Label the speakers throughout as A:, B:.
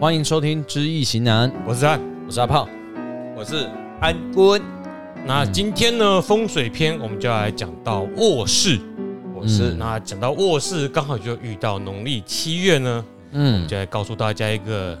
A: 欢迎收听《知易行难》，
B: 我是安，
A: 我是阿炮。
C: 我是安坤，
B: 那今天呢风水篇我们就要来讲到卧室。
C: 我是
B: 那讲到卧室，刚好就遇到农历七月呢，
A: 嗯
B: 就来告诉大家一个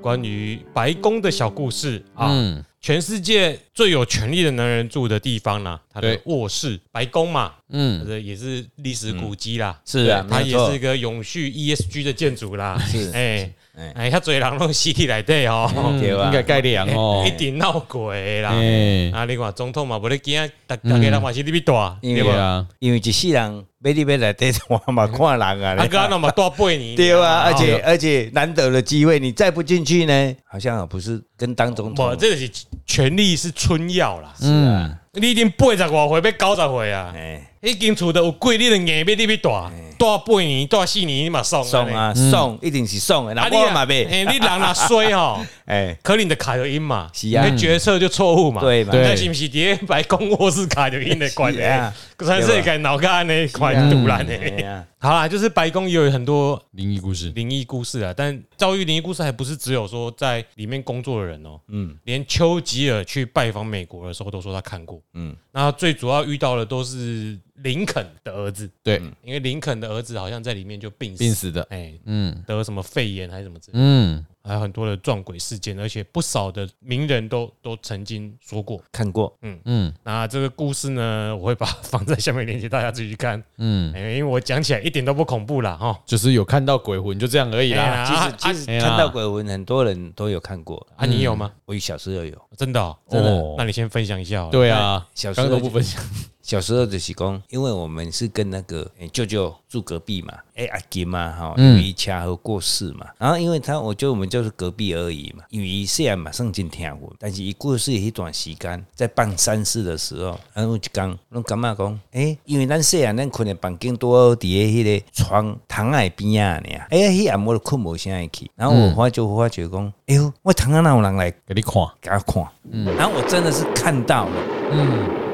B: 关于白宫的小故事啊。
A: 嗯
B: 全世界最有权力的男人住的地方啦，他的
A: 对
B: 卧室，白宫嘛，
A: 嗯，
B: 这也是历史古迹啦，
A: 是啊
B: 对它
C: 嗯没
B: 也
C: 错
B: 是一个永续 ESG 的建筑啦。
C: 是
B: 哎
C: 哎
B: 哎，他嘴狼弄西地来对 哦，
A: 嗯
C: 对吧
A: 应该盖凉哦
B: 一。定闹鬼啦。
C: 嗯
A: 哎，
B: 啊，你看总统嘛，无咧惊，大大家人嘛是你比大，
C: 因
B: 对
C: 为
A: 对
B: 吧？
A: 啊，
C: 因为一世人要你要来对我嘛看人啊
B: 啊，哥
C: 咧，
B: 那么大背你，
C: 对啊，而且
B: 哦
C: 而且难得的机会，你再不进去呢，好像不是跟当总
B: 不，
C: 统，
B: 哦这是权力是春药啦，
A: 嗯，
B: 你已经八十外岁，要九十岁啊，
C: 哎，
B: 已经厝的有贵，你的硬要你比大，大八年、大四年你嘛爽
C: 送，嗯啊送，一定是送的，
B: 啊
C: 那
B: 你
C: 我
B: 啊
C: 嘛
B: 哎，
C: 呗，
B: 你人若衰吼，
C: 哎，
B: 可你的卡就赢嘛，
C: 是啊
B: 你的决策就错误嘛，
C: 对嘛
B: 那是不是伫白宫卧室卡就赢的关系
C: 是啊？
B: 全世界脑壳安尼款堵烂
C: 哎
B: 的，
C: 呀，
B: 好啦，就是白宫也有很多
A: 灵异故事。
B: 灵异故事啊，但遭遇灵异故事还不是只有说在里面工作的人哦，
C: 嗯
B: 连丘吉尔去拜访美国的时候都说他看过。
C: 嗯，
B: 那最主要遇到的都是林肯的儿子，
A: 对，
B: 因为林肯的儿子好像在里面就病死，
A: 病死的。
B: 哎，
A: 嗯
B: 得什么肺炎还是什么之类，
A: 嗯，
B: 还有很多的撞鬼事件，而且不少的名人都都曾经说过。
C: 看过，
A: 嗯
B: 那这个故事呢，我会把它放在下面链接，大家自己去看，
A: 嗯，
B: 哎因为我讲起来一点都不恐怖啦，哈。
A: 就是有看到鬼魂，就这样而已啦。
C: 其实其实
A: 哎呀
C: 看到鬼魂，很多人都有看过，
B: 啊，你有吗？
C: 我小时候有，
B: 真的哦，
A: 真的
B: 哦那你先分享一下好了。
A: 对啊，
C: 小时
A: 刚
C: 候
A: 刚都不分享。
C: 小时候就是讲，因为我们是跟那个、诶舅舅住隔壁嘛，哎、阿金嘛哈，因
A: 嗯
C: 为伊车和过世嘛，然后因为他我就我们就是隔壁而已嘛，因为伊虽然马上真听我，但是伊过世一段时间，在办丧事的时候，然后就讲，拢感觉讲，哎、因为咱虽然咱困的房间拄好伫诶迄个床窗仔边啊尔，哎、迄暗我都困无啥会去，然后我发就发觉讲，哎呦，我窗仔哪有人来
A: 给你看，
C: 给我看，然后我真的是看到了。
A: 嗯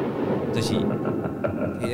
C: 就是伊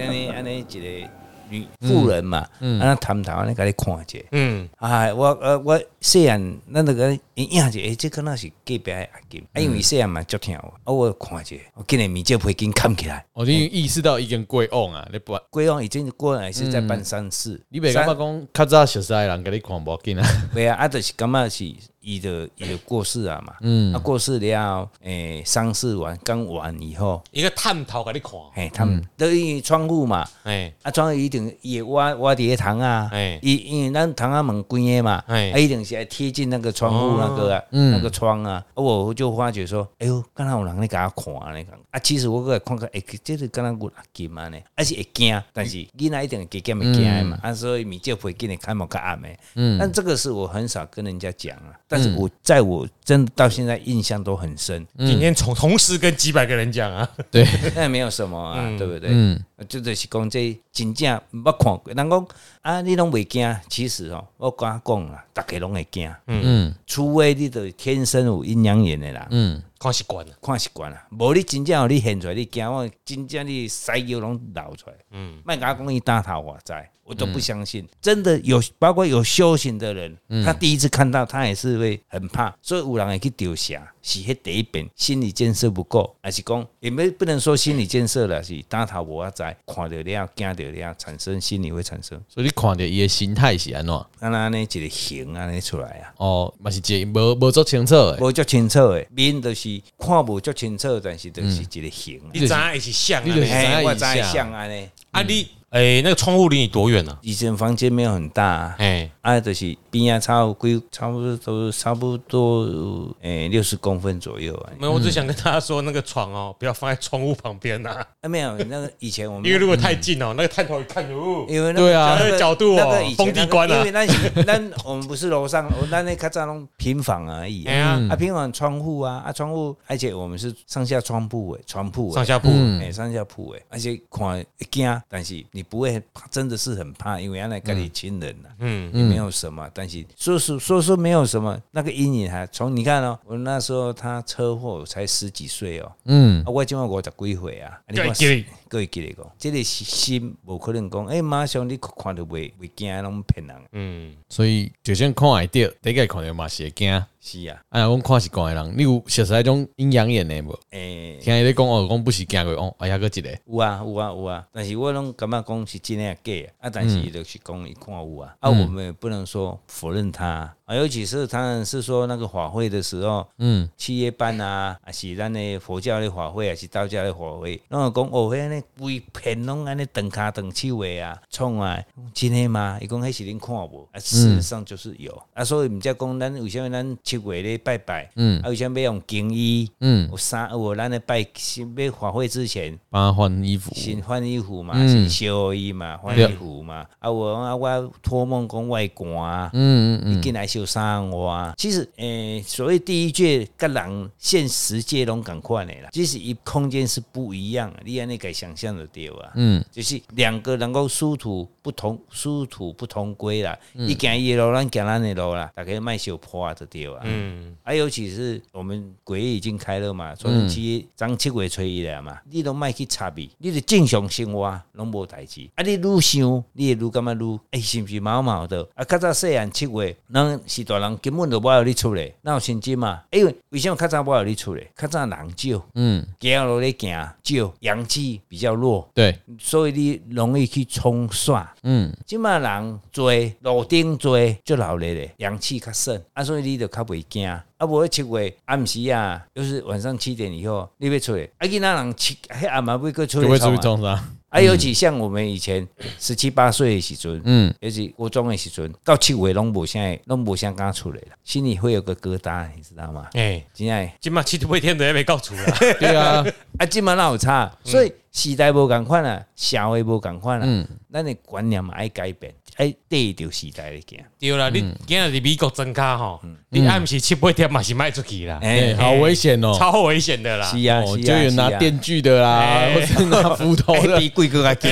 C: 安尼安尼一个女妇人嘛，
A: 嗯
C: 安那探头安尼甲你看者，
B: 嗯，
C: 啊，我呃我虽然咱那个因影者，诶，这可能是隔壁的阿金，啊，因
A: 嗯
C: 为虽然嘛足疼我，啊，我看者，我今日面这皮筋盖起来，
A: 我已经哦意识到一根鬼瓮啊，你不，
C: 过往已经过来是在
A: 嗯
C: 办丧事，
A: 你别干嘛讲，较早熟悉的人给你看无紧啊。
C: 对啊，啊，就是感觉是伊的伊的过世啊嘛，
A: 嗯
C: 啊过世了，诶，丧事完刚完以后，
B: 一个探头给你看，
C: 嘿，他们都因为窗户嘛，
B: 哎，
C: 啊，装一定伊会挖挖伫个窗啊
B: 哎，
C: 伊因为咱窗啊门关的嘛，
B: 哎
C: 啊，一定是要贴近那个窗户那个啊，那个窗啊，啊，我就发觉说，哎呦，敢若有人咧甲我看咧讲，啊，其实我过来看看，哎，这是敢若有阿金啊呢，啊是会惊，但是囡仔一定加减会惊的嘛，啊，所以米这会给你看某较暗的，但这个是我很少跟人家讲啊，但是我在我真的到现在印象都很深，
B: 今天同同时跟几百个人讲啊，
A: 对，
C: 那也没有什么啊，对不对？
A: 嗯
C: 就就是讲这真正毋捌看过，人讲啊，你拢袂惊，其实哦，我敢讲啦，逐个拢会惊，
A: 嗯
C: 除非你就是天生有阴阳眼的人，
A: 嗯，
B: 看习惯了。
C: 看习惯啦，无你真正有你现出来，你惊我真正你屎尿拢流出来，嗯，莫甲我讲伊大头我知，我都不相信，真的有，包括有修行的人，他第一次看到，他也是会很怕，所以有人会去丢下，是迄第一遍心理建设不够，还是讲也没不能说心理建设了，是大头我知，看到了惊到了，产生心理会产生，
A: 所以你看着伊的心态是安怎？
C: 安那呢一个形安尼出来啊。
A: 哦，嘛是一个无无做清楚的。
C: 无足清楚的面就是看无足清楚，但是就是一个形啊。
B: 你知影一起像
A: 你就是
B: 啊？
C: 哎，我
A: 知道
C: 在
A: 一下
C: 想安尼，
B: 啊你哎，那个窗户离你多远啊？
C: 以前房间没有很大啊，
B: 哎，
C: 啊，就是边啊，差有几差不多都差不多诶六十公分左右啊。
B: 没有，我只想跟大家说，那个床哦，不要放在窗户旁边呐，
C: 啊，没有那个以前我 们
B: 因为如果太近哦，那个探头一看，哦，
C: 因为那个
A: 对啊
C: 那
B: 那
C: 个
B: 个角度哦
C: 那个以前
B: 封地关啊
C: 那个因为那那我们不是楼上，我那那较早拢平房而已
B: 哎
C: 啊。
B: 呀，
C: 啊，平房窗户啊，啊窗户，而且我们是上下窗铺诶，床铺诶
B: 上，下铺，
C: 哎、上下铺诶，而且看会惊，但是你不会怕，真的是很怕，因为原来跟你亲人呐、
B: 嗯，
C: 也没有什么，但是说是说说没有什么，那个阴影还从你看哦，我那时候他车祸才十几岁哦，
A: 嗯
C: 啊，我今晚我十几岁啊，啊你
B: 对
C: 看
B: 对，
C: 各会记得讲，这个是心无可能讲，哎、马上你看到袂袂惊，拢骗人。
B: 嗯，
A: 所以就算看会着，第一个看着嘛是会惊。啊，
C: 是啊，
A: 阮看是怪人，你有熟悉迄种阴阳眼的无？
C: 诶、
A: 听伊咧讲哦，讲不是惊过哦，哎呀，个一个，
C: 有啊，有啊，有啊，但是我拢感觉讲是真诶假的啊，但
A: 嗯
C: 是就是讲一看有啊，啊，我们也不能说否认他啊，啊尤其是他是说那个法会的时候，
A: 嗯，
C: 七夜半啊，还是咱的佛教的法会，还啊是道教的法会，拢有讲哦，迄安尼规片拢安尼长骹长手的啊，创啊，真的吗？伊讲迄是恁看无？
A: 嗯
C: 啊，事实上就是有、啊，所以毋才讲咱为什么咱七月咧拜拜，
A: 嗯
C: 啊，为什么要用经衣？
A: 嗯，
C: 有三有咱咧拜先要法会之前，
A: 帮他换衣服，
C: 先换衣服嘛，
A: 嗯
C: 先烧衣嘛，换衣服嘛。啊，我啊我托梦讲外寒啊，
A: 嗯嗯
C: 你进来烧衫我啊。其实诶、呃所谓第一界跟人现实界拢共款的啦，其实伊空间是不一样的，你安尼该想象就对啊。
A: 嗯
C: 就是两个能够殊途不同，殊途不同归啦。伊行伊的路，咱行咱的路啦，大家卖小破就对啊。
B: 嗯，
C: 啊，尤其是我们鬼已经开了嘛，所以七张七月初一来嘛，你都莫去插伊，你就正常生活拢无代志。啊，你愈想，你会愈感觉愈，哎、是毋是毛毛的？啊，较早细汉七月，人是大人根本就无要你出来，哪有成绩嘛？因为为什么较早无要你出来？较早人少，
A: 嗯，
C: 行路咧行少，阳气比较弱，
A: 对，
C: 所以你容易去冲煞。
A: 嗯
C: 即马人多，路顶多，就闹热咧，阳气较盛，啊，所以你就较袂惊。啊，无七月暗时啊，就是晚上七点以后，你要出来，啊，囡仔人七迄暗嘛要搁出
A: 就
C: 来
A: 会出去
C: 创啊。
A: 创啥？
C: 啊，尤其像我们以前十七八岁的时阵，
A: 嗯，
C: 尤其国中的时阵，到七月拢无啥，拢无啥敢出来了，心里会有个疙瘩，你知道吗？
B: 哎，
C: 真爱
B: 今嘛七八天都还没到厝啦，
A: 对啊，
C: 啊，即马哪有差？所以时代无共款啊，社会无共款啊，
A: 嗯
C: 咱的观念嘛爱改变，爱对着时代咧行。
B: 对啦，你嗯今日伫美国增加吼，你暗时七八天嘛是卖出去啦，
A: 哎，好危险哦，
B: 超危险的啦
C: 是，啊，
A: 哦
C: 是啊，
A: 就有拿
C: 是啊，
A: 电锯的啦，
B: 哎
A: 或者拿斧头
C: 哎
A: 的，
C: 比贵哥还贵。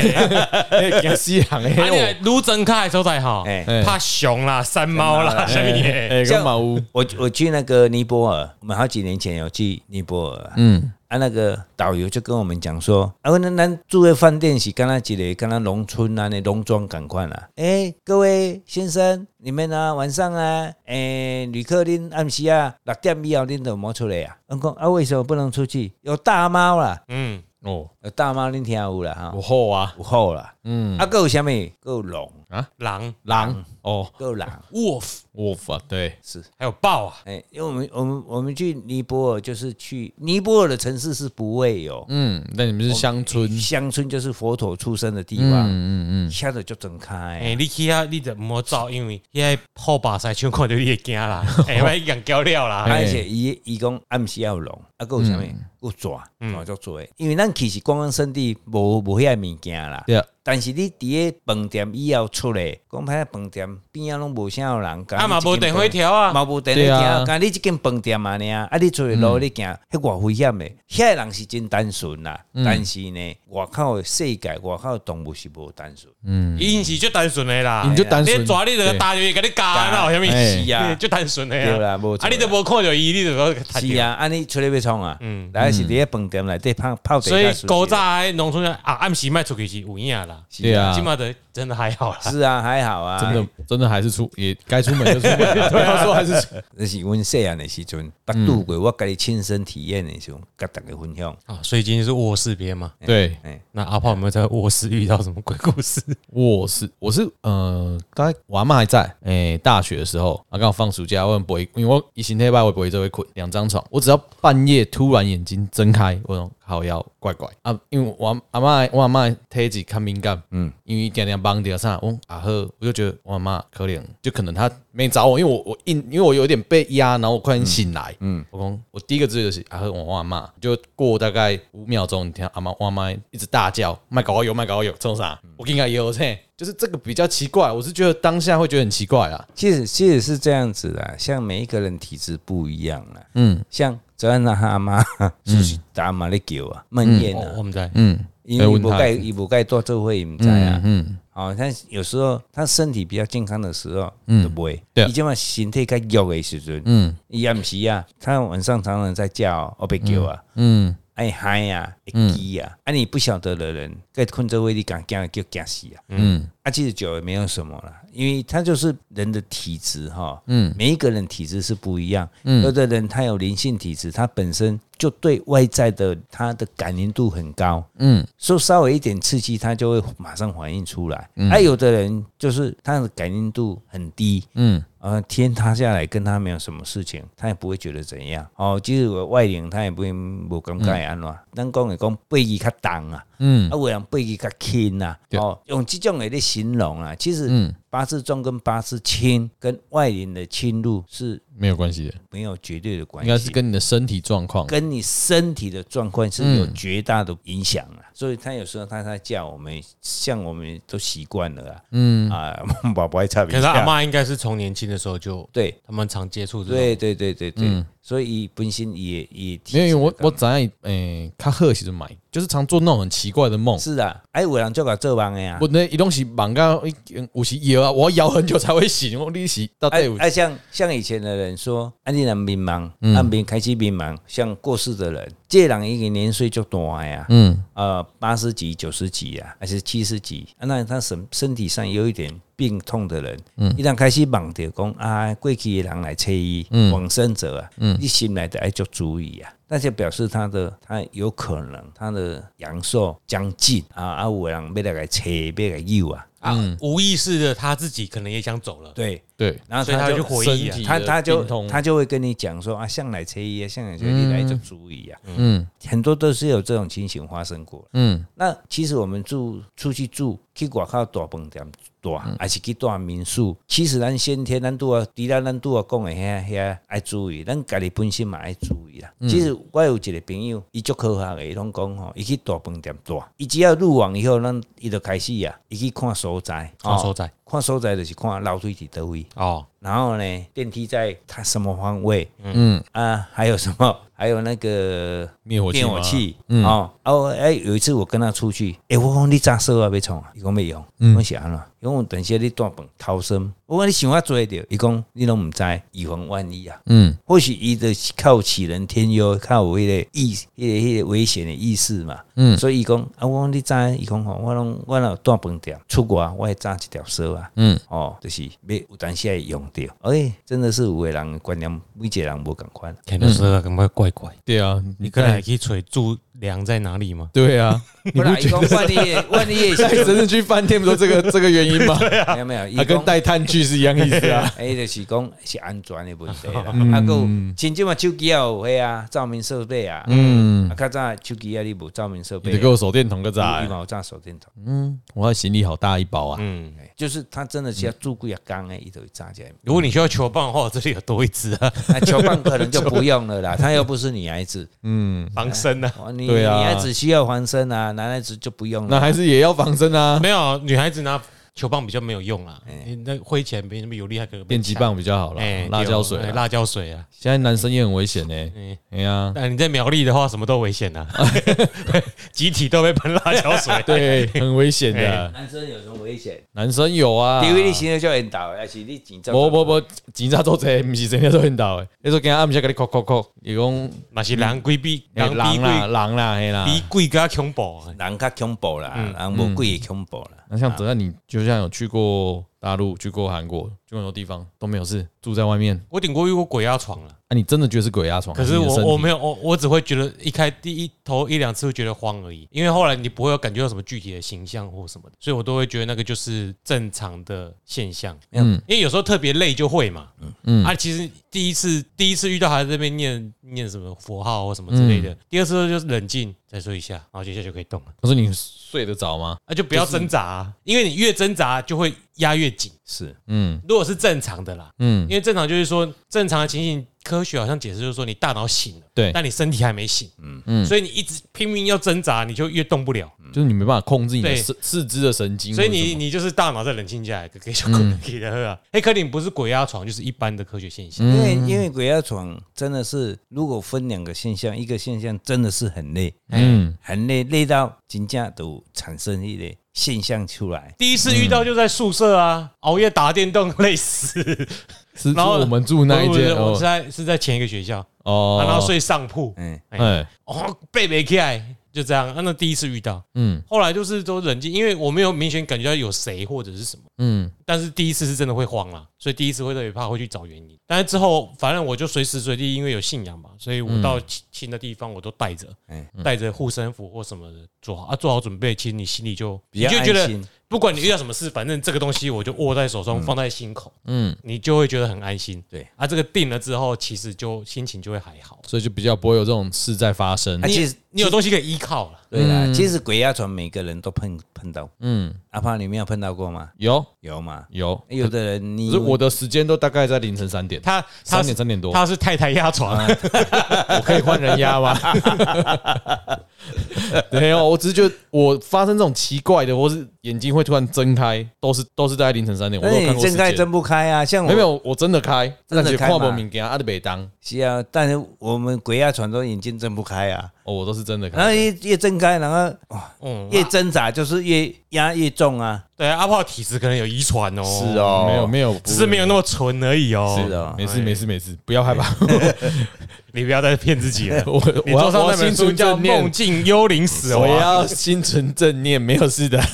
A: 惊死人哦
B: 啊，你
A: 诶！
B: 如增加的所在吼，
C: 哎
A: 哎
B: 怕熊啦、山猫啦，什么
A: 哎，
B: 的，
A: 哎个嘛有，
C: 我我去那个尼泊尔，我们好几年前有去尼泊尔啊，
A: 嗯
C: 啊那个导游就跟我们讲说，啊，那咱住的饭店是刚刚几个，刚刚农村啊，那农庄赶快啦，哎、各位先生，你们啊晚上啊，哎、旅客恁暗时啊六点以后恁都莫出来啊，我讲啊为什么不能出去？有大猫啦，
B: 嗯，
A: 哦，
C: 有大猫恁听有啦哈
A: 有，好啊，
C: 有虎啦，
A: 嗯，
C: 啊，还有啥物？还有龙，
B: 狼
A: 狼哦
C: 还有狼。
B: wolf
A: ，wolf 啊，对，
B: 还有豹啊，
C: 哎、因为我们我们我们去尼泊尔，就是去尼泊尔的城市是不会有
A: 嗯，那你们是乡村，
C: 乡村，就是佛陀出生的地方，
A: 嗯嗯嗯，
C: 吓得就整开。
B: 哎，你去啊，你就唔好走，因为遐虎把赛像看到你会惊 啦，哎，我养狗了
C: 啊
B: 啦，
C: 而且伊伊讲暗时还有龙，啊，还有啥物？
A: 嗯
C: 还有蛇，蛇足多的。因为咱其实观光圣地无无遐物件啦，
A: 对啊，
C: 但是你伫个饭店以后出来，讲歹饭店边仔拢无啥有人讲。
B: 啊嘛无电话
C: 听，
B: 条啊，
C: 嘛无电
A: 对啊
C: 话听，讲你即间饭店啊，尔啊，你出来路你行，迄偌危险的。遐人是真单纯啦，
A: 嗯
C: 但是呢，外口的世界，外口的动物是无单纯。
A: 嗯，
B: 因是最单纯的啦，哎
A: 你就单
B: 你
A: 纯，
B: 抓你就
A: 对
B: 打入去，给你夹啦，有啥
A: 哎
B: 物
C: 是啊
B: 就单纯的
C: 对
B: 啊，
C: 啦，无错
B: 啊，
C: 啦
B: 你都无看到伊，你就说
C: 是，啊，啊你出来要创啊，
B: 嗯，
C: 来是伫咧饭店内底泡泡茶
B: 所以
C: 较舒适
B: 古早的农村人啊，暗时卖出去是有影啦，
C: 是
A: 对啊
B: 起码的真的还好啦，
C: 是啊，还好啊，
A: 真的真的还是出也该出门就出门， 不要说还是出
C: 那是阮细汉的时阵，捌拄
A: 嗯
C: 过我家己亲身体验的时候，甲大家分享。
B: 啊，所以今天是卧室边嘛，
A: 对，
C: 哎，
B: 那阿炮有没有在卧室遇到什么鬼故 事？
A: 我是我是呃，刚才我阿妈还在，诶、大学的时候，啊，刚好放暑假，我很不会，因为我一星期拜我不会就会困两张床，我只要半夜突然眼睛睁开，我讲好要怪怪啊，因为我阿阿妈我阿妈体质较敏感，嗯，因为点点帮点啥，我啊呵，我就觉得我阿妈可怜，就可能她没找我，因为我我硬，因为我有点被压，然后我快点醒来，嗯，我讲我第一个字就是啊呵，我阿妈，就过大概五秒钟，你听阿妈我阿妈一直大叫，卖搞我有卖搞我有，冲啥？我跟你讲有嘿，就是这个比较奇怪，我是觉得当下会觉得很奇怪啊啦，
C: 其实其实是这样子的，啊像每一个人体质不一样啦。
A: 嗯
C: 像泽安娜他阿妈，就是阿妈咧叫啊，梦魇
B: 我
C: 啊，
B: 我们在，
A: 嗯
C: 因
A: 哎
C: 为
A: 问
C: 无
A: 他
C: 盖伊无盖多做会唔知啊。
A: 嗯，
C: 哦，但是有时候他身体比较健康的时候，
A: 嗯
C: 嗯，不会。
A: 对
C: 伊即嘛身体较弱的时阵，
A: 嗯
C: 伊暗时啊，他晚上常常在叫，哦被叫啊，
A: 嗯
C: 爱嗨啊，会记啊。啊，你不晓得的人，在困这位你敢惊就惊死啊。
A: 嗯
C: 啊，其实酒也没有什么啦，因为它就是人的体质哈，嗯，每一个人体质是不一样，
A: 嗯
C: 有的人他有灵性体质，他本身就对外在的他的感应度很高，
A: 嗯
C: 说稍微一点刺激，他就会马上反应出来，而、有的人就是他的感应度很低，
A: 嗯
C: 呃，天塌下来跟他没有什么事情，他也不会觉得怎样。哦，即使我外灵，他也不会无感觉安怎。咱讲的讲背肌较重啊，
A: 嗯
C: 啊，有的人背肌较轻啊。
A: 对
C: 哦，用这种的来形容啊，其实
A: 嗯，
C: 八字重跟八字轻跟外灵的侵入是
A: 没有关系的，
C: 没有绝对的关
A: 应
C: 系，
A: 该是跟你的身体状况。
C: 跟你身体的状况是
A: 嗯
C: 有绝大的影响啊。所以他有时候他在叫我们，像我们都习惯了啊，嗯啊， 宝宝爱差别
B: 可是阿妈应该是从年轻的时候就
C: 对。
B: 他们常接触这种
C: 对对对对对，所以伊本身也也
A: 嗯
C: 啊
A: 没有，因为我我怎样诶，他喝其实买，就是常做那种很奇怪的梦。
C: 是啊，哎，有人做搞做梦的呀
A: 我，那一东西忙到有时摇啊，我摇很久才会醒。我嗯你是到底
C: 哎
A: 有
C: 哎，像像以前的人说，啊，你人迷茫，啊，民开始迷茫，像过世的人，这人已经年岁就大呀，
A: 嗯
C: 呃，八十几、九十几啊，还是七十几，啊，那他身身体上有一点病痛的人，一旦开始忙着讲啊，过去的人来催伊，往生者啊，你心内的爱就注意啊。那就表示他的他有可能他的阳寿将近啊啊，有的人要来来催，要来诱啊，
B: 啊，无意识的他自己可能也想走了，
C: 对，
A: 对，
C: 然后
B: 所以他
C: 他
B: 就
C: 就
B: 回
A: 身
B: 忆啊
A: 体。
C: 他
A: 的
C: 他就
A: 病痛
C: 他就会跟你讲说啊，向来催啊，向来催，你来就注意啊，
A: 嗯
C: 很多都是有这种情形发生过。
A: 嗯
C: 那其实我们住出去住，去外口大饭店住，
B: 嗯
C: 还是去住民宿，其实咱先天咱拄啊，除了咱拄啊讲的遐遐爱注意，咱家己本身嘛爱注意啦。
B: 嗯
C: 其实我有一个朋友，伊足科学的，伊拢讲吼，伊去大饭店住，伊只要入网以后，咱伊就开始啊，伊去看所在，
B: 看所
C: 哦
B: 在
C: 看所在就是看楼梯伫倒位，
B: 哦，
C: 然后呢，电梯在它什么方位
A: 嗯，
C: 啊，还有什么，还有那个
A: 灭火器
C: 灭
A: 吗嗯
C: 火，器，哦，哦，哎，有一次我跟他出去，哎，我讲你咋说啊？要创啊？伊讲没用，
A: 嗯
C: 我想了，因为我等啊下你大本逃生，我讲你想我做得到，伊讲你拢毋知，以防万一啊。
A: 嗯
C: 或许伊的靠杞人天忧，靠有迄个意、迄、个、迄、个危险的意识嘛。
A: 嗯
C: 所以伊讲啊，我讲你知，伊讲吼，我拢我若有大饭店出国，我会扎一条绳啊。
A: 嗯
C: 哦，就是要有当时会用到。哎、真的是有的人的观念，每一个人无共款。
B: 看的时候感觉怪怪。
A: 对啊，
B: 你
A: 你
B: 可能还
A: 看，
B: 可以吹住梁在哪里吗？
A: 对 啊，
C: 不然伊讲万一的万一也
A: 真正去饭店不都这个 这个原因吗？
C: 没有没有，伊
A: 它啊跟
C: 讲。
A: 带炭剧是一样意思 啊。
C: 哎，就是讲是安全的问题啦。
A: 嗯
C: 啊，还有亲即嘛手机也有迄啊，照明设备啊，嗯，啊，较早手机啊，你无照明设备
A: 你，给我手电筒个啊咋
C: 伊？嘛有照手电筒，
A: 嗯，我的行李好大一包啊。
B: 嗯，
C: 哎就是他真的是要住几啊工诶，伊就会炸起来。
A: 嗯
B: 如果你需要球棒的话，我这里有多一支啊，
C: 啊，球棒可能就不用了 啦，他又不是女孩子，
A: 嗯
B: 防身啊。
C: 哦你
A: 对
C: 女
A: 啊
C: 孩子需要防身啊，男孩子就不用
A: 那
C: 了。
A: 还是也要防身啊，
B: 没有女孩子拿球棒比较没有用啊，你那挥起来没那么有力，还可能被
A: 哎电击棒比较好
B: 抢。
A: 啦
B: 哎，，
A: 辣椒水
B: 对哦哎
A: 啊。
B: 辣椒水啊！
A: 现在男生也很危险呢。哎呀，
B: 但你在苗栗的话，什么都危险啊， 集体都被喷辣椒水。
A: 对，哎很危险的。
C: 男生有什么危险？
A: 男生有啊，
C: 因为你现在叫引导，还是你紧张？
A: 无无无，钱差做侪，毋是真正做引导的。你说今仔暗时甲你哭哭哭，伊讲
B: 嘛是人规避，
A: 欸
B: 嗯哎人啊
A: 人
B: 比
A: 啦
B: 鬼
A: 人啦嘿啦，
B: 比鬼更恐怖啊。
C: 人较恐怖啦，
A: 嗯
C: 人无鬼也恐怖啦。
A: 那像只要你就像有去过大陆、去过韩国、去过很多地方都没有事，住在外面，
B: 我顶过遇过鬼压床了，
A: 啊，你真的觉得是鬼压床？
B: 可是
A: 你的身
B: 我
A: 体
B: 我没有我我只会觉得一开第一头一两次会觉得慌而已，因为后来你不会有感觉到什么具体的形象或什么的，所以我都会觉得那个就是正常的现象。
C: 嗯
B: 因为有时候特别累就会嘛，
A: 嗯
B: 啊，其实第一次第一次遇到还在那边念念什么佛号或什么之类的，第二次就是冷静再睡一下，然后接下来就可以动了，
A: 可是你睡得着吗？
B: 啊，就不要挣扎啊、因为你越挣扎就会压越紧。
C: 是，
A: 嗯
B: 如果是正常的啦，
A: 嗯，
B: 因为正常就是说，正常的情形，科学好像解释就是说，你大脑醒了，
A: 对，
B: 但你身体还没醒，嗯
A: 嗯
B: 嗯，所以你一直拼命要挣扎，你就越动不了，
A: 就是你没办法控制你的
B: 对
A: 四四肢的神经或
B: 所
A: 者
B: 以
A: 什么，
B: 你你就是大脑在冷静下来，给小狗
A: 嗯
B: 给的喝啊。黑科林不是鬼压床，就是一般的科学现
A: 嗯
B: 象。
C: 因为因为鬼压床真的是，如果分两个现象，一个现象真的是很累，
B: 哎
A: 嗯
C: 很累，累到真正都产生一类现象出来。
B: 第一次遇到就在宿
A: 嗯
B: 舍啊，熬夜打电动累死。
A: 是是
B: 然后
A: 我们住那一
B: 不是
A: 间
B: 我是啊
A: 哦
B: 在是在前一个学校，
A: 哦
B: 啊然后睡上铺，
C: 嗯，
A: 哎
B: 哦，背没起来，就这样。啊那第一次遇到，
A: 嗯
B: 后来就是都冷静，因为我没有明显感觉到有谁或者是什么。
A: 嗯
B: 但是第一次是真的会慌啦，所以第一次会特别怕，会去找原因。但是之后，反正我就随时随地，因为有信仰嘛，所以我到新新的地方我都带着
C: 哎，
B: 带着护身符或什么的做好啊，做好准备，其实你心里就
C: 比
B: 你
C: 较
B: 就觉
C: 安
B: 得，
C: 心。
B: 不管你遇到什么事，反正这个东西我就握在手中，放在心口，
A: 嗯，
B: 你就会觉得很安心。
C: 对
B: 啊，这个定了之后，其实就心情就会还好。
A: 所以就比较不会有这种事在发生
C: 啊。其
B: 你
C: 实
B: 你有东西可以依靠了，
C: 对啦，
A: 嗯
C: 其实鬼压床每个人都碰碰到，
A: 嗯，
C: 阿胖你没有碰到过吗？
A: 有
C: 有嘛？
A: 有，
C: 有的人你
A: 可是我的时间都大概在凌晨三点，
B: 他他
A: 三
B: 是
A: 点三点多，
B: 他是太太压床，
A: 我可以换人压吗？没有，我只是觉得我发生这种奇怪的，或是眼睛会突然睁开，都是都是大概凌晨三点，我
C: 但
A: 都有看
C: 是你
A: 过时
C: 哎睁开
A: 间。
C: 睁不开啊，像我
A: 没有没有，我真的开，
C: 真的
A: 但是
C: 开
A: 看
C: 嘛
A: 不明给阿的北当，
C: 是啊，但是我们鬼压床都眼睛睁不开啊，
A: 哦，我都是真的
C: 然后
A: 开。
C: 越越睁开，然后哇
B: 嗯，
C: 越挣扎就是越压越重啊，
B: 对，阿炮体质可能有遗传哦，
C: 是哦，
A: 没有没有，
B: 只是没有那么纯而已哦。
C: 是哦
A: 没事没事没事，不要害怕。。
B: 你不要再骗自己了
A: 我我
B: 你桌
A: 要
B: 上
A: 我
B: 那
A: 要心
B: 本书
A: 存
B: 叫
A: 正
B: 《
A: 念啊
B: 梦，境幽灵 死
A: 我
B: 亡》，
A: 要心存正念，没有事的。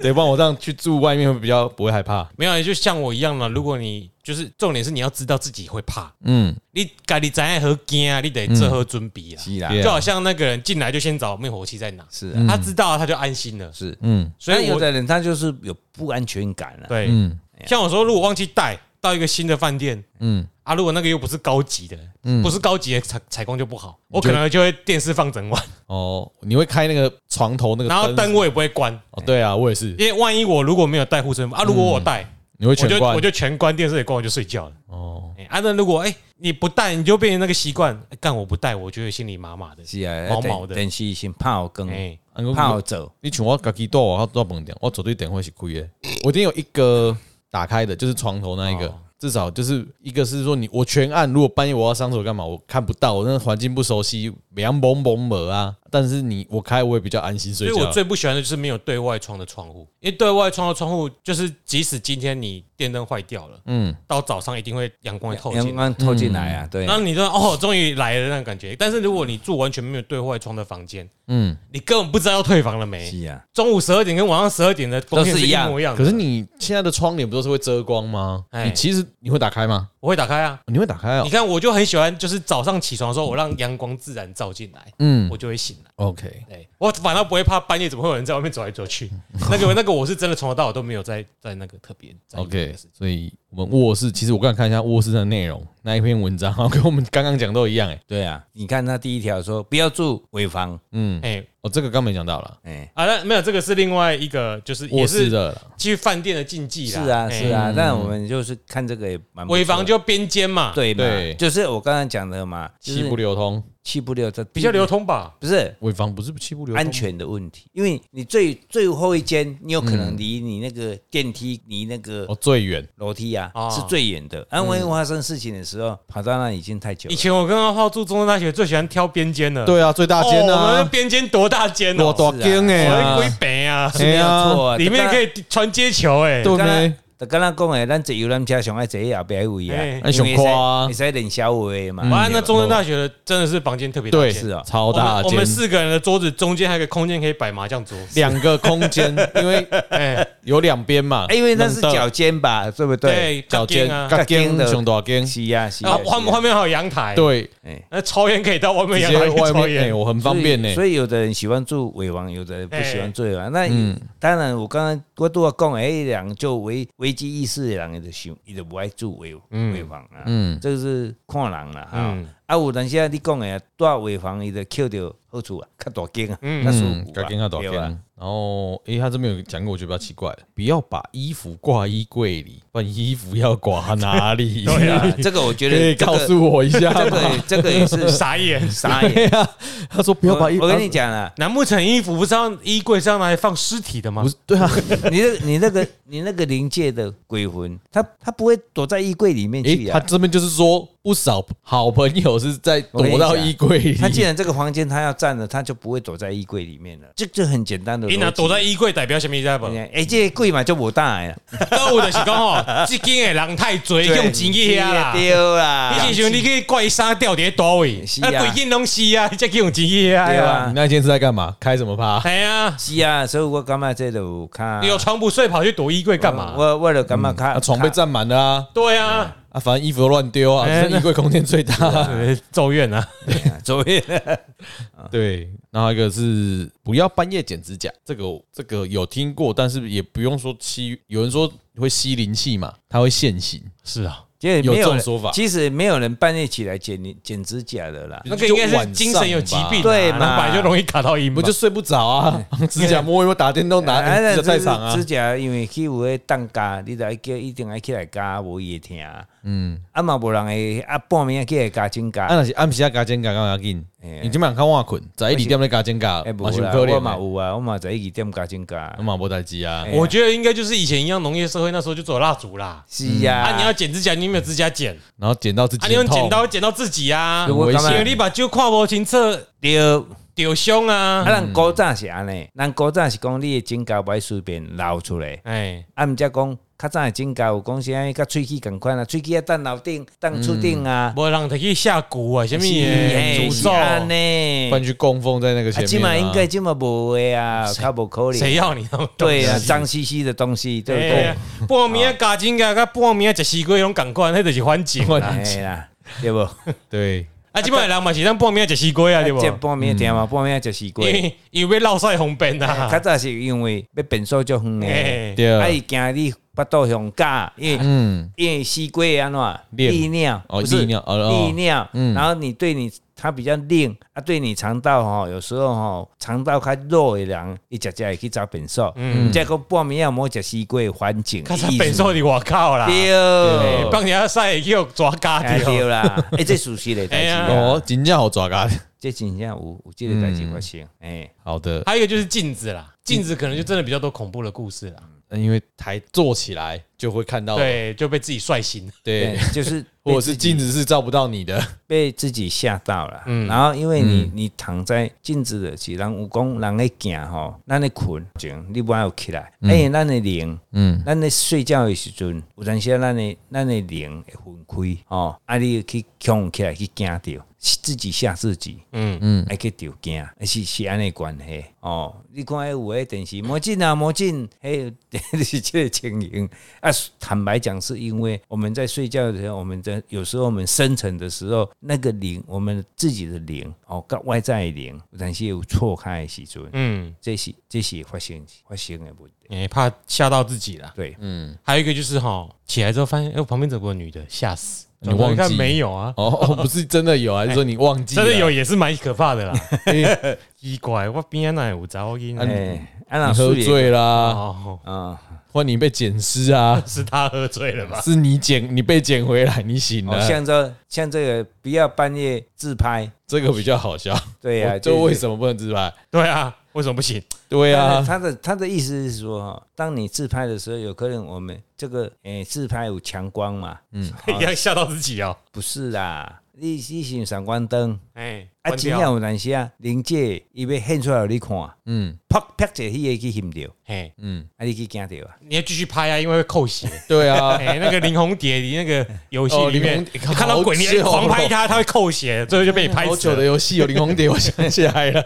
A: 对，不然我这样去住外面会比较不会害怕。
B: 没有，就像我一样了。如果你就是重点是你要知道自己会怕，
A: 嗯，
B: 你该你怎样和惊啊，你得这和准备啊。
C: 是啦，
A: Yeah
B: 就好像那个人进来就先找灭火器在哪，
C: 是啊
B: 他知道他就安心了。
C: 是，
A: 嗯
B: 所
C: 但
B: 以
C: 有
B: 我
C: 的人他就是有不安全感啊，
B: 对，
A: 嗯
B: 像我说，如果忘记带到一个新的饭店
A: 嗯，
B: 啊，如果那个又不是高级的，不是高级的采采光就不好，我
A: 就
B: 可能就会电视放整晚，
A: 哦，你会开那个床头那个
B: 然后灯
A: 灯？
B: 我也不会关，
A: 哦，对啊，我也是，
B: 因为万一我如果没有带护身符啊，如果我有带。
A: 你会
B: 我就
A: 全关
B: 我就全关电视也关，我就睡觉了。
A: 哦，
B: 哎、啊，那如果哎、你不带，你就变成那个习惯，哎干、我不带，我觉得心里麻麻的。
C: 是啊，
B: 毛毛的
C: 等是先怕我更
B: 哎、
A: 啊我
C: 怕我走，
A: 你像我家己住我住饭店，我绝对电话是开的。我一定有一个打开的，就是床头那一
B: 哦
A: 个，至少就是一个是说你我全按，如果半夜我要上手干嘛，我看不到，我那个环境不熟悉，凉蒙蒙蒙啊。但是你我开，我也比较安心
B: 所
A: 睡
B: 以
A: 觉
B: 我。最不喜欢的就是没有对外窗的窗户，因为对外窗的窗户就是，即使今天你电灯坏掉了，
A: 嗯，
B: 到早上一定会阳光会哎透
C: 阳
B: 进来。
C: 光透进来啊，对
B: 然，后你就哦，终于来了那种感觉。但是如果你住完全没有对外窗的房间，
A: 嗯，
B: 你根本不知道要退房了没。
C: 是啊，
B: 中午十二点跟晚上十二点的光线
C: 都是
B: 是
C: 一
B: 一
C: 样
B: 模一样的。
A: 可是你现在的窗帘不都是会遮光吗？
B: 哎
A: 你其实你会打开吗？
B: 我会打开啊，
A: 你会打开哦
B: 你。看我就很喜欢，就是早上起床的时候，我让阳光自然照进来，
A: 嗯
B: 我就会醒来。
A: ，OK，
B: 对我反倒不会怕半夜怎么会有人在外面走来走 去。那个那个我是真的从头到尾都没有在在那个特别在意这个
A: OK，
B: 事情
A: 所以我们卧室，其实我刚才看一下卧室的内容，那一篇文章 好像跟我们刚刚讲都一样哎、
C: 对啊，你看他第一条说不要住尾房，
A: 嗯，
B: 哎
A: 哦，这个刚没讲到了，
C: 哎，
B: 啊，那没有这个是另外一个，就是
A: 卧
B: 也
A: 室
B: 是
A: 的啦
B: 去饭店的禁忌啦。
C: 是啊
B: 哎
C: 是，啊，但我们就是看这个也蛮不错的
B: 尾房就边间嘛，
C: 对
A: 对
C: 嘛，就是我刚刚讲的嘛，就是
A: 气不流通，
C: 气不流，这
B: 比较流通吧。
C: 不是
A: 尾房不是气不流通，
C: 安。全的问题，因为你最最后一间，你有可能离你那个电梯、离那个
A: 哦，最远
C: 楼梯啊
B: 哦
C: 是最远的。安徽发生事情的时候，跑到那已经太久
B: 以
C: 了。
B: 前我跟阿浩住中山大学，最喜欢挑边间
C: 嗯
B: 了。
A: 对啊，最大间
B: 哦我们
A: 啊
B: 的，边间多大间
A: 我
B: 哦，
A: 大间哎
B: 我一
A: 啊，
B: 北啊，
A: 哎
C: 没有
A: 呀
C: 错啊，
B: 里面可
C: 以。
B: 以传接球哎。
A: 对
C: 刚
A: 没？
C: 就刚刚讲的，咱坐游览车上爱坐后边位
B: 哎
C: 啊，
A: 哎上宽啊
C: 你使冷小位嘛。嗯
B: 啊，那中山大学的真的是房间特别大
A: 对，
B: 间
C: 是啊
A: 超
B: 我们
A: 大
B: 我们
A: 间，
B: 四个人的桌子中间还有一个空间可以摆麻将桌。
A: 两个空 间，因为
B: 哎，
A: 有两边嘛
C: 哎，因为那是
A: 弄到
C: 脚尖吧，对不对？
B: 对，
A: 脚尖，
B: 啊，
A: 大间
C: 角间
A: 熊大间，
C: 是啊，是
B: 然
C: 啊
B: 后。后
C: 是啊
B: 后面还有阳台，，
A: 对，
C: 哎，
B: 那抽烟可以到外面
A: 直
B: 阳
A: 接
B: 台去抽
A: 外面哎，
B: 烟。
A: 我很方便呢。
C: 啊所以所以有的人喜欢住尾王，有的人不喜欢住尾王。那
A: 嗯
C: 当然，我刚刚我都要讲，哎，人就危危机意识的人，他就想，他就不爱住尾尾房啊。
A: 嗯，
C: 这个是看人啦，哈
B: 嗯。
C: 啊，有当时啊，你讲的啊，住尾房，伊就捡到好处啊，较大间啊，
B: 嗯
C: 较舒
A: 嗯，
C: 服
A: 大
C: 啊，
A: 间啊大
C: 对
A: 间
C: 吧。
A: 然后，诶，他这边有讲过，我觉得比较奇怪，不要把衣服挂衣柜里，不然衣服要挂哪里？
B: 对啊
C: 啊这个我觉
A: 可以
C: 得这个
A: 告诉我一下
C: 这
A: 吗？
C: 个这个也是
B: 傻眼，
C: 傻
A: 对
C: 眼。
A: 啊，他说不要把衣，
C: 我我跟你讲啊，
B: 楠木城衣服不是要衣柜是要拿来放尸体的吗
A: 不？是对 啊，
C: 你那你那个你那个灵界的鬼魂，他他不会躲在衣柜里面
A: 诶、
C: 去
A: 他
C: 啊。
A: 这边就是说不少好朋友是在
C: 我跟你
A: 躲到
C: 讲
A: 衣柜里。
C: 他既然这个房间他要占了，他就不会躲在衣柜里面了，这这很简单的逻辑。
B: 你若躲在衣柜代表什么？你啊知道不？
C: 哎、这个柜嘛就无大呀，
B: 那有就是讲吼，即间的人太 多，用钱去遐啦。
C: 对啦
B: 你，是想你去怪衫吊伫倒位
C: 是，啊
B: 啊鬼见拢是啊，你才去用钱去遐呀。
C: 对
A: 你
C: 啊，
A: 那天是在干嘛？开什么趴？
B: 系啊，
C: 是啊，所以我感觉这就看
B: 你有床不睡跑去躲衣柜干嘛？
C: 我我就感觉看、
A: 啊，床被占满了啊！
B: 对啊，
A: 啊，反正衣服都乱丢啊，
B: 哎
A: 这衣柜空间最大。
B: 呃咒怨啊，
C: 看作业
A: 对，然后一个是不要半夜剪指甲，这个我这个有听过，但是也不用说吸，有人说会吸灵气嘛，它会现形，
B: 是啊，
C: 这
A: 有
C: 没
A: 这
C: 有
A: 种
C: 人
A: 说法
C: 其实没有人半夜起来剪你剪指甲的啦。
B: 那个应该
A: 就晚
B: 是
A: 上
B: 精神有疾病
A: 吧
B: 啊，
C: 对嘛
B: 然后本来就容易卡到音
A: 我
B: 嘛
A: 就。睡不着 啊，指甲摸一摸，打电 动拿
B: 哎
C: 啊
A: 指甲太
C: 指
A: 长啊
C: 指，甲因为去有迄当家，你来叫一定爱起来加，无伊会听。嗯，啊嘛无人会啊半暝起来加增
A: 啊
C: 加。
A: 那是暗时啊加肩胛干要紧
C: 哎呀，
A: 你今晚看我困，十一二点咧加肩胛
C: 哎，，无
A: 嘛是有
C: 啦，
A: 可
C: 我
A: 能
C: 嘛
A: 嘛，
C: 有啊，我嘛在一点加增加。
A: 嘛无代志啊
C: 哎，
B: 我觉得应该就是以前一样农业社会那时候就走蜡烛啦。
C: 是啊，
B: 啊，你要剪指甲，你有没有指甲剪？
A: 然后剪到自己
B: 啊，你用
A: 很痛
B: 剪
C: 哎
B: 刀剪到自己啊，
A: 很
C: 我
A: 危
C: 感觉
B: 因为
A: 险，
B: 你把酒看无清楚，
C: 对。
B: 丢胸啊。
C: 啊，咱古早是安尼，咱古早是讲你的指甲歹随便流出来，
B: 哎，
C: 啊，毋则讲较早的指甲有讲啥，甲喙齿共款啊，喙齿啊等楼顶、等厝顶啊，
B: 无人摕去下
A: 嗯
B: 蛊啊，什么
C: 嘿
B: 的
C: 是
B: 诅
C: 安
B: 咒？
A: 不然
C: 尼。
A: 去供奉在那个
C: 啊，
A: 前
C: 即
A: 面啊
C: 嘛应 该即嘛无诶啊，较无可能。
B: 谁要你那么哎多？
C: 对啊，脏兮兮的东西，对不
B: 对
C: 对
B: 啊？，半暝啊加金甲，甲半暝啊食西瓜，拢共款，迄就是 反景
A: 反
B: 啦。
C: 哎啦，对不？
A: 对，
B: 啊，即摆人嘛是咱半暝啊食西 瓜啊，对无？
C: 这
B: 因
C: 半暝听嘛，半暝食西瓜。
B: 为因为落晒红边啊
C: 较。早是因为要变数足远诶，
B: 哎，
A: 对
C: 啊，伊惊你腹肚向加，因为
A: 嗯，
C: 因为西瓜安怎
A: 练
C: 利尿，
A: 哦
C: 不是
A: 利尿哦哦
C: 利尿，
A: 嗯
C: 然后你对你它比较冷啊，对你肠道吼，有时候吼肠道较弱的人，伊食食会去找便所，嗯，再讲半暝啊，莫食西瓜的环境，
B: 较早
C: 意思
B: 变数伫啊外口啦，
C: 对
B: 哎，放下晒会去互抓家
C: 哎对
B: 着。
C: 啦，哎，这属实的代
B: 哎
C: 志
B: 呀
C: 啊
A: 哦，，真正好抓噶。
C: 这真正有有这个代志发生，哎，
A: 好的，
B: 还有一个就是镜子啦，镜子可能就真的比较多恐怖的故事啦。
A: 因为台坐起来就会看到，
B: 对，就被自己帅醒。
A: 对，
C: 哎 就是
A: 或者
C: 被自
A: 是
C: 己
A: 镜子是照不到你的，
C: 被自己吓到了，
A: 嗯
C: 然后因为你、你躺在镜子的是人有讲人咧行吼，咱咧困，你不有起来，哎、为咱的灵，
A: 嗯，
C: 咱咧睡觉的时阵，有阵时啊咱的咱的灵会分开哦，啊，你去恐起来去惊着，是自己吓自己，
B: 嗯
C: 嗯，爱去着惊，是是安尼关系哦。你看迄有迄电视魔镜啊魔镜，嘿， 是这个情形啊。坦白讲，是因为我们在睡觉的时候，我们在有时候我们深层的时候，那个灵，我们自己的灵哦，跟外在的灵，有阵时有错开的时阵，
B: 嗯，
C: 这是这是发生发生的问题。
B: 也怕吓到自己啦。
C: 对，
B: 还有一个就是哈，起来之后发现，哎、我旁边怎么有个女的，吓死！
A: 你忘记
B: 看没有啊？
A: 哦，不是真的有，还是说你忘记？
B: 哎真的有，也是蛮可怕 的啦。欸奇怪，我边那有杂音
A: 啊
C: 哎、
A: 你
C: 啊，那
A: 你喝
C: 水也
A: 醉啦，
B: 哦，
C: 啊，
A: 或你被捡尸 啊，
B: 是他喝醉 了吧？
A: 是你捡，你被捡回来，你醒
C: 哦，
A: 了，
C: 像这像这个不要半夜自拍，
A: 这个比较好笑。
C: 对呀、
A: 我
C: 啊，
A: 就为
C: 是
A: 什么不能自拍？
B: 对啊，为什么不 行？
A: 对
C: 但
A: 啊
C: 是，他的他的意思是说，哈，当你自拍的时候，有可能我们这个诶、自拍有强光嘛？ 嗯，
A: 啊
B: 一样吓到自己哦。
C: 不是啦，你你是闪光灯，
B: 哎、
C: 啊，
B: 关
C: 真
B: 掉
C: 正有哪些啊？临界伊要现出来给你看，
A: 嗯
C: 啪啪者迄个去翕着，
B: 嘿，
A: 嗯，
C: 啊，你去惊着 啊？
B: 你要继续拍啊，因为会 扣血。
A: 对啊，
B: 哎、那个林红蝶，你那个游戏
A: 哦
B: 里面、
A: 林红
B: 你
A: 蝶
B: 看到鬼，你
A: 好久哦
B: 狂拍他，他会扣血，最后就被你 拍
A: 好
B: 死
A: 久的
B: 了。
A: 游戏有林红蝶，我想起来了，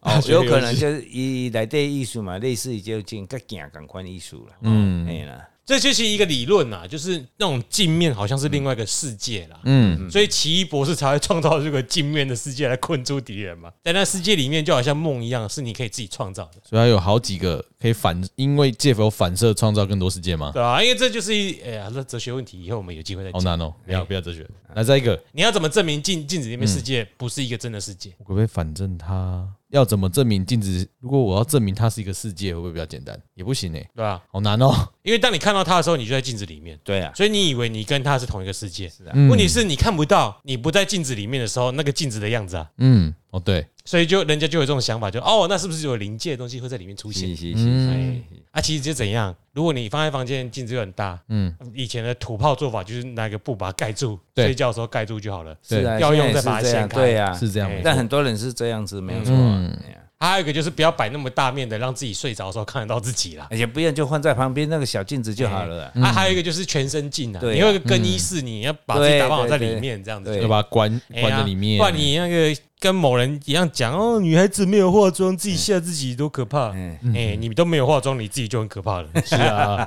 C: 哦
A: 大，学
C: 有可
A: 游
C: 能
A: 戏
C: 就是伊内底艺术嘛，类似于就进甲镜共款艺术啦。
A: 嗯
C: 哎啦，
B: 这就是一个理论啦，就是那种镜面好像是另外一个世界啦。
A: 嗯，
B: 所以奇异博士才会创造这个镜面的世界来困住敌人嘛。在那世界里面，就好像梦一样，是你可以自己创造的，
A: 所以它有好几个可以反，因为借由反射创造更多世界吗？
B: 对吧、因为这就是一哎呀，这哲学问题，以后我们有机会再
A: 好
B: 讲。
A: 难哦，不要不要哲学。来再一个，
B: 你要怎么证明镜镜子里面世界不是一个真的世界？
A: 我可不可以反正它要怎么证明镜子？如果我要证明它是一个世界，会不会比较简单？也不行哎、
B: 对吧？
A: 好难哦、
B: 因为当你看到它的时候，你就在镜子里面，
C: 对啊，
B: 所以你以为你跟它是同一个世界。
A: 嗯
B: 问题是你看不到，你不在镜子里面的时候，那个镜子的样子啊，
A: 嗯，哦对，
B: 所以就人家就有这种想法，就哦，那是不是有临界的东西会在里面出现？
C: 是是是，
B: 哎，啊，其实就怎样？如果你放在房间镜子又很大，嗯，以前的土炮做法就是拿个布把它盖住，
A: 对
B: 睡觉的时候盖住就好了。
C: 是啊，
B: 要用
C: 现在
B: 再把它
C: 是这样
B: 掀开
C: 对啊呀，
A: 是这样没错。
C: 但很多人是这样子，没有错啊。哎呀
B: 还有一个就是不要摆那么大面的，让自己睡着的时候看得到自己啦。
C: 而且不要就放在旁边那个小镜子就好了啊。
B: 啊，还有一个就是全身镜啊，
C: 对啊嗯
B: 你有一个更衣室，你要把自己打扮好在里面，这样子
C: 对
A: 要把它关
B: 哎
A: 关
B: 呀
A: 在里面
B: 不，然你那个跟某人一样讲哦，女孩子没有化妆，自己吓自己多可怕。
C: 嗯，
B: 哎，你都没有化妆，你自己就很可怕了。
A: 是啊。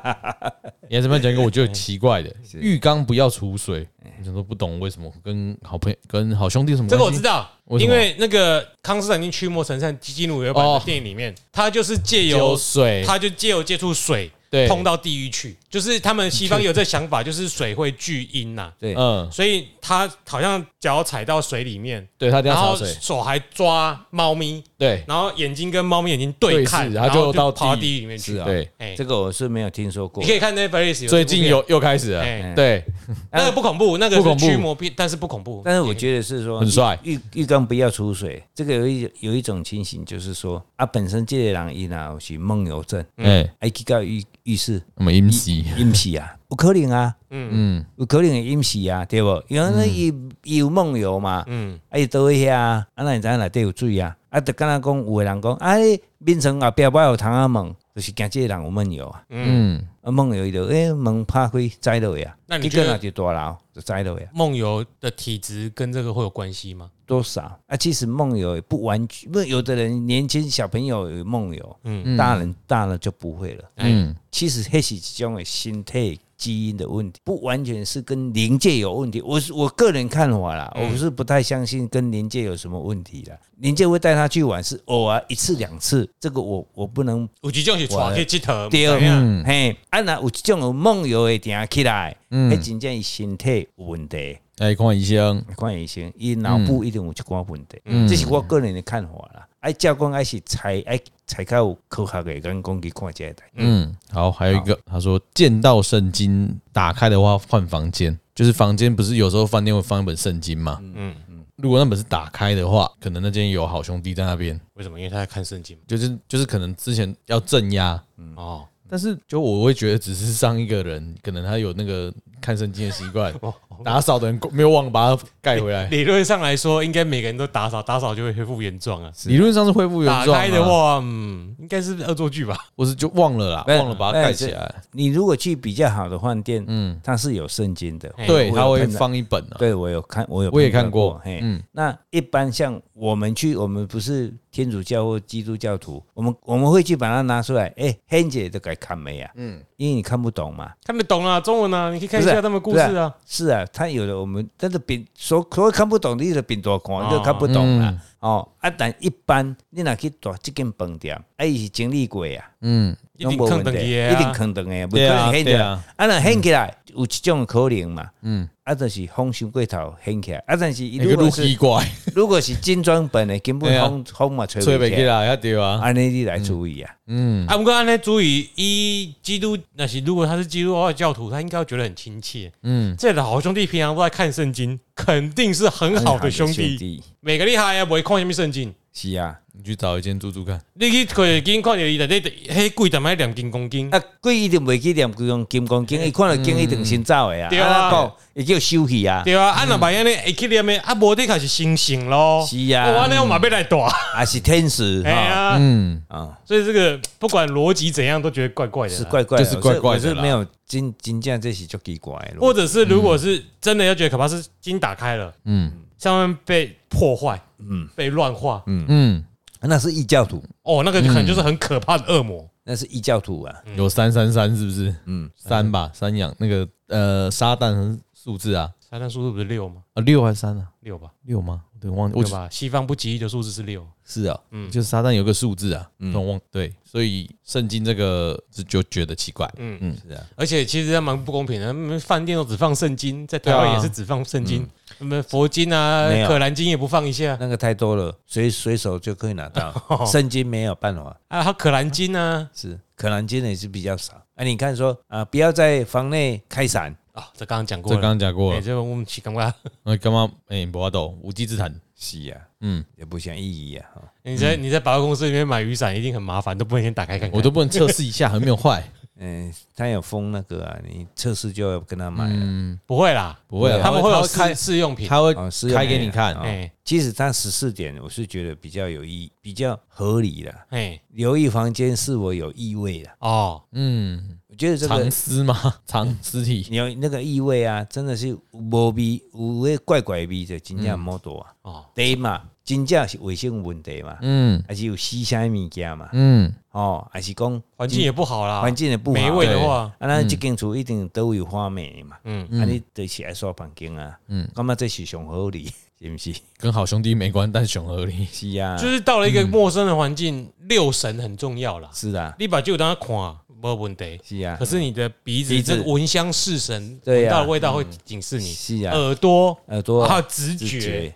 A: 你还怎么样讲一个我觉得奇怪的？浴缸不要储水，我想说不懂为什么跟好朋友、跟好兄弟有什么
B: 这个我
A: 关
B: 知
A: 系
B: 道，
A: 哦为什
B: 因
A: 么
B: 为那个《康斯坦丁驱魔神探》基努有版的
A: 哦
B: 电影里面，他就是借
A: 有
B: 由
A: 水，
B: 他就借由接触水，
A: 对，
B: 碰到地狱去，就是他们西方有这想法，就是水会聚阴呐，
C: 对，
A: 嗯，
B: 所以他好像脚踩到水里面，
A: 对他一定
B: 然
A: 要洒
B: 后
A: 水，
B: 手还抓猫咪，
A: 对
B: 然后眼睛跟猫咪眼睛对看，
A: 对视
B: 然
A: 然
B: 后
A: 后就
B: 就
A: 到
B: 跑到
A: 地狱
B: 地狱里面去。
C: 是啊
A: 对。
B: 哎，
C: 这个我是没有听说过
B: 你。可以看 Netflix 有
A: 最近
B: 这部
A: 有又开始
B: 片，
A: 了，
B: 哎，
A: 对，
B: 那个不恐怖，那个
A: 不
B: 是
A: 恐怖
B: 驱魔片，但是不恐怖。哎
C: 但是我觉得是说，
A: 很帅
C: 浴浴缸不要出水。这个有一有一种情形，就是说啊，本身这个人伊若是梦游症，
A: 哎，
C: 哎，去到浴浴室
A: 我们 MC
C: 阴 死啊，有可能啊，
A: 嗯，
C: 有可能会阴死啊，对不？因为那伊伊有梦游嘛，
B: 嗯，
C: 啊，伊倒去遐啊，啊，那你知影内底有水啊？啊，就敢若讲有个人讲，啊，你眠床后壁我有窗仔门，就是惊这个人有梦游啊，
A: 嗯，
C: 啊，梦游伊就诶门拍开摘落去啊，
B: 那你
C: 一个
B: 觉得
C: 人就大楼就摘落去啊，
B: 梦游的体质跟这个会有关系吗？
C: 多少啊？其实梦游也不完全，不有的人年轻小朋友有梦游，嗯，大人大了就不会了。
A: 嗯，
C: 其实迄是一种的心态基因的问题，不完全是跟灵界有问题。我是我个人看法啦，
B: 嗯
C: 我是不太相信跟灵界有什么问题啦。灵界会带他去玩，是偶尔一次两次，这个我我不能
B: 有几种是
C: 我
B: 抓去佚佗，
C: 对
B: 不知道
A: 嗯
C: 嘿。啊，那有一种有梦游的定起来，
A: 嗯
C: 迄真正伊身体有问题，
A: 哎，看医生，
C: 看医生，伊脑
A: 嗯
C: 部一定有一寡问题，这是我个人的看法啦。哎，照讲还是才哎才较有科学的眼光去看这个代。
A: 嗯，好，还有一个，他说见到圣经打开的话换房间，就是房间不是有时候饭店会放一本圣经嘛，嗯嗯，如果那本是打开的话，可能那间有好兄弟在那边，
B: 为什么？因为他在看圣经嘛。
A: 就是就是可能之前要镇压，
B: 哦，
A: 但是就我会觉得只是上一个人，可能他有那个看圣经的习惯，打扫的人没有忘把它盖回来，
B: 理论上来说，应该每个人都打扫，打扫就会恢复原状啊。
A: 理论上是恢复原
B: 打
A: 状、啊，
B: 开的话，嗯，应该是恶作剧吧？
A: 我是就忘了啦，
C: 没有
A: 忘了把它盖起来。
C: 你如果去比较好的饭店，嗯，它是有圣经的，
B: 哎
A: 对，
C: 我
A: 它
C: 有
A: 会
C: 看到
A: 放一本啊。
C: 对我有看，我有
A: 我也
C: 碰到
A: 看过
C: 嘿，
A: 嗯
C: 那一般像我们去，我们不是天主教或基督教徒，我们我们会去把它拿出来，哎、h e n 姐都该看没啊？嗯，因为你看不懂嘛，
B: 看不懂啊，中文啊，你可以看一下他们故事
C: 不
B: 啊。
C: 是啊，他有的我们，但是饼所所谓看不懂的，你就饼多看，你就看不懂啦。哦，啊，但一般你若去住这间饭店，啊，伊是经历过啊，
A: 嗯，
B: 一定坑
C: 都
B: 等
C: 没问
B: 级
C: 题
B: 啊，
C: 一定坑等的，不可
A: 对啊
C: 能掀起
A: 对
C: 来。
A: 啊
C: 啊，若掀起来有一种可能嘛，嗯，啊，就是风伤过头掀起来，啊，但是伊
A: 那个
C: 如
A: 路
C: 果是
A: 奇怪，
C: 如果是精装本的，根
A: 对
C: 本
A: 啊
C: 风风嘛吹
A: 吹
C: 不
A: 北
C: 起
A: 去
C: 来，
A: 啦，要对啊。
C: 安尼你来注意啊，
A: 嗯，
B: 啊，不过按那注意，一基督那是如果他是基督教教徒，他应该会觉得很亲切。嗯，这老兄弟平常都在看圣经，肯定是很好的兄弟，
C: 嗯弟，
B: 每个厉害啊，不会看什么圣经。
C: 是啊，
A: 你去找一间住住看。
B: 你去看经看到伊内底迄贵点买两斤公斤，
C: 啊，鬼一定袂去念鬼用金刚经，伊看到经一定先走的啊，
B: 嗯对啊
C: 咱讲伊叫休息啊，
B: 对啊，啊若白安尼会去念的，啊无的开始星星咯。
C: 是
B: 我
C: 啊
B: 安尼，我嘛要来大，
C: 啊是天使
B: 哎
C: 哈
B: 呀，
A: 嗯，
C: 啊，
B: 所以这个不管逻辑怎样，都觉得怪怪的啦。
C: 是怪怪的，
A: 就是怪怪的啦
C: 我是我是没有真真正这是足奇怪的咯，
B: 或者是如果是真的要觉得可怕，是筋打开了，嗯
A: 嗯，
B: 上面被破坏，嗯，被乱化，嗯，
A: 嗯，
C: 那是异教徒，
B: 哦，那个可能就是很可怕的恶魔。
C: 那是异教徒
B: 嗯
C: 啊，
A: 有三三三是不是？
C: 嗯
A: 嗯，三吧，三养那个呃沙蛋数字啊，
B: 撒旦数字不是六吗？
A: 啊六还是三啊？
B: 六吧，
A: 六吗？对，忘
B: 对
A: 我
B: 吧？西方不吉利的数字是六。
A: 是啊，嗯，就是撒旦有个数字啊，我忘对，所以圣经这个就就觉得奇怪，嗯嗯，
C: 是啊，
B: 而且其实还蛮不公平的，他们饭店都只放圣经，在台湾
A: 对啊
B: 也是只放圣经，那么佛经啊
C: 没、有
B: 可兰经也不放一下
A: 嗯
C: 那个太多了，随随手就可以拿
B: 哦
C: 到，圣经没有办法。
B: 啊，还有可兰经啊，
C: 是，可能今年是比较少。啊，你看说啊，不要在房内开伞，
B: 啊，这刚刚讲
A: 这
B: 过
A: 刚
B: 了，
A: 刚讲过
B: 哎，
A: 了，
B: 这个我们去干嘛？
A: 那干嘛？哎，博阿斗无稽之谈，
C: 是啊，
A: 嗯，
C: 也不想意义啊，哈
B: 你在你在百货公司里面买雨伞一定很麻烦，都不能先打开看看。
A: 我都不能测试一下，还没有 坏，
C: 嗯，他有封那个啊，你测试就要跟他买啊了，
A: 嗯，
B: 不会啦，
A: 不会啊，
B: 他们会有
A: 开
B: 试，试用品。
A: 他会
C: 哦是
A: 开给你看
C: 哦
B: 哎
C: 其实他十四点，我是觉得比较有意，比较合理的。
B: 哎
C: 留意房间是否有异味的，
B: 哦，
A: 嗯，
C: 我觉得这
A: 藏
C: 个
A: 尸吗？ 藏尸体，
C: 你有那个异味啊，真的是无味，有味怪怪的味的，真正莫多啊。
B: 哦，
C: 第一嘛，真正是卫生问题嘛，
A: 嗯
C: 还是有吸啥物件嘛，
A: 嗯，
C: 哦，还是讲
B: 环境也不好啦，
C: 环境的不好。
B: 啊没味的话，
C: 啊，咱即间厝一定都有花美嘛，
B: 嗯
C: 啊，你就是爱刷房间啊，嗯，感觉这是上合理，是毋是？
A: 跟好兄弟没关，但熊合理，
C: 是啊，
B: 就是到了一个陌生的环境，六神很重要啦。
C: 是啊，
B: 你把酒当它看，没问题。
C: 是啊
B: 可，是你的鼻子
C: 鼻子
B: 这个闻香识神，
C: 对
B: 闻
C: 啊
B: 到的味道会警示你。啊
C: 是啊，
B: 耳朵，
C: 耳朵
B: 还有直
C: 直
B: 觉
C: 觉，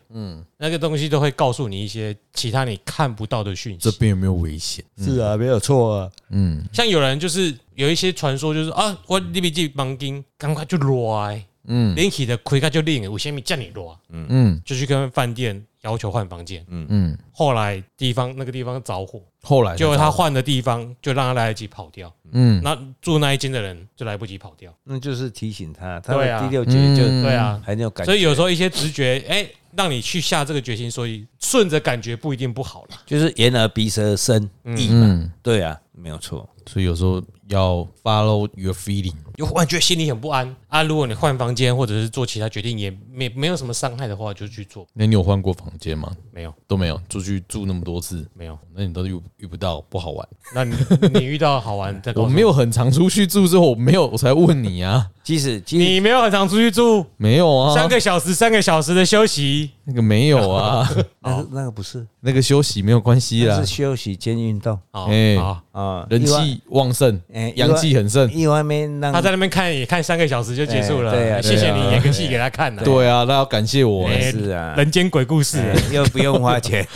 B: 那个东西都会告诉你一些其他你看不到的讯息
A: 这。边有没有危险？
C: 是啊，没有错啊，
A: 嗯
B: 像有人就是有一些传说，就是啊，我你笔记绑筋，赶快就乱，
A: 嗯
B: 连起的盔甲就另，我先米叫你乱，
A: 嗯
B: 啊就去跟饭店要求换房间。
A: 嗯，
B: 后来地方那个地方着火，
A: 后
C: 嗯
A: 来
B: 结果
A: 才
B: 他换的地方就让他来得及跑掉，
A: 嗯
B: 那住那一间的人就来不及跑掉。
C: 那就是提醒他，他
B: 对
C: 的
B: 啊
C: 第六节就
A: 嗯
B: 对啊，
C: 很有感觉，
B: 所以有时候一些直觉，哎，让你去下这个决心，所以顺着感觉不一定不好啦。
C: 就是眼耳鼻舌身意嘛，
A: 嗯，
C: 对啊，没有错，
A: 所以有时候要 follow your feeling，
B: 就忽然觉得心里很不安啊。如果你换房间或者是做其他决定，也没没有什么伤害的话，就去做。
A: 那你有换过房间吗？
B: 没有，
A: 都没有，出去住那么多次，
B: 没有。
A: 那你都遇遇不到，不好玩。
B: 那你你遇到好玩再告
A: 我
B: 诉
A: 没，有很常出去住，之后我没有，我才问你啊，
C: 其实其实
B: 你没有很常出去住，
A: 没有啊，
B: 三个小时三个小时的休息，
A: 那个没有啊，
C: 那个那个不是，
A: 那个休息没有关系啦
C: 那是，休息兼运动
B: 好
A: 哎
B: 好。
C: 啊，
A: 啊人气旺盛
C: 哎，一
A: 阳
C: 万
A: 气很盛，
C: 一方面让
B: 他在那边看也看三个小时就结束了，
C: 哎对啊
B: 谢谢
A: 对啊
B: 你演个戏给他看的，
A: 对啊，那要感谢我，
B: 哎
C: 是啊
B: 人间鬼故事，
C: 哎又不用 花钱，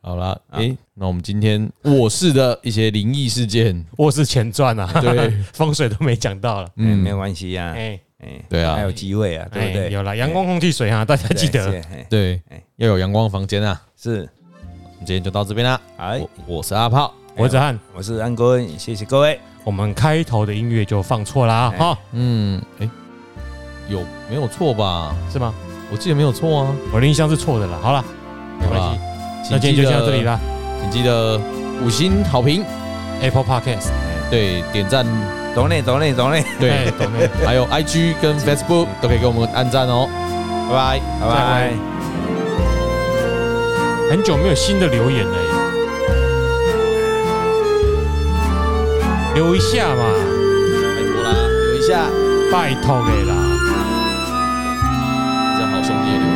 A: 好啦，诶，那我们今天我市的一些灵异事件，
B: 卧室前传啊，
A: 对
B: 风水都没讲到了，
C: 嗯，没关系啊，
B: 哎
C: 哎，
A: 对啊
C: 还有机会啊，对不
B: 哎，
C: 对？
B: 有了阳光空气水啊，大家
C: 对
B: 记得，
C: 是哎
A: 对
C: 哎，
A: 要有阳光房间啊。
C: 是，
A: 我们今天就到这边啦，
C: 哎
A: 我，我是阿炮，
B: 我是子翰，
C: 我是安国恩，谢谢各位，
B: 我们开头的音乐就放错啦，
C: 哎
B: 哈，
A: 嗯，诶，有没有错吧？
B: 是吗？
A: 我记得没有错啊，
B: 我的印象是错的了，好了，没关系，那
A: 请
B: 今天
A: 记得
B: 就先到这里啦
A: 请记得五星好评，
B: ，Apple Podcast，
A: 对，点赞，
C: 懂嘞，懂嘞，懂嘞，
A: 对
B: 哎，懂没？
A: 还有 IG 跟 Facebook 都可以给我们按赞哦，拜拜。
C: 拜拜。
B: 很久没有新的留言了耶，留一下嘛，
A: 拜托啦，留一下
B: 拜托给啦。
A: 这好兄弟的留言。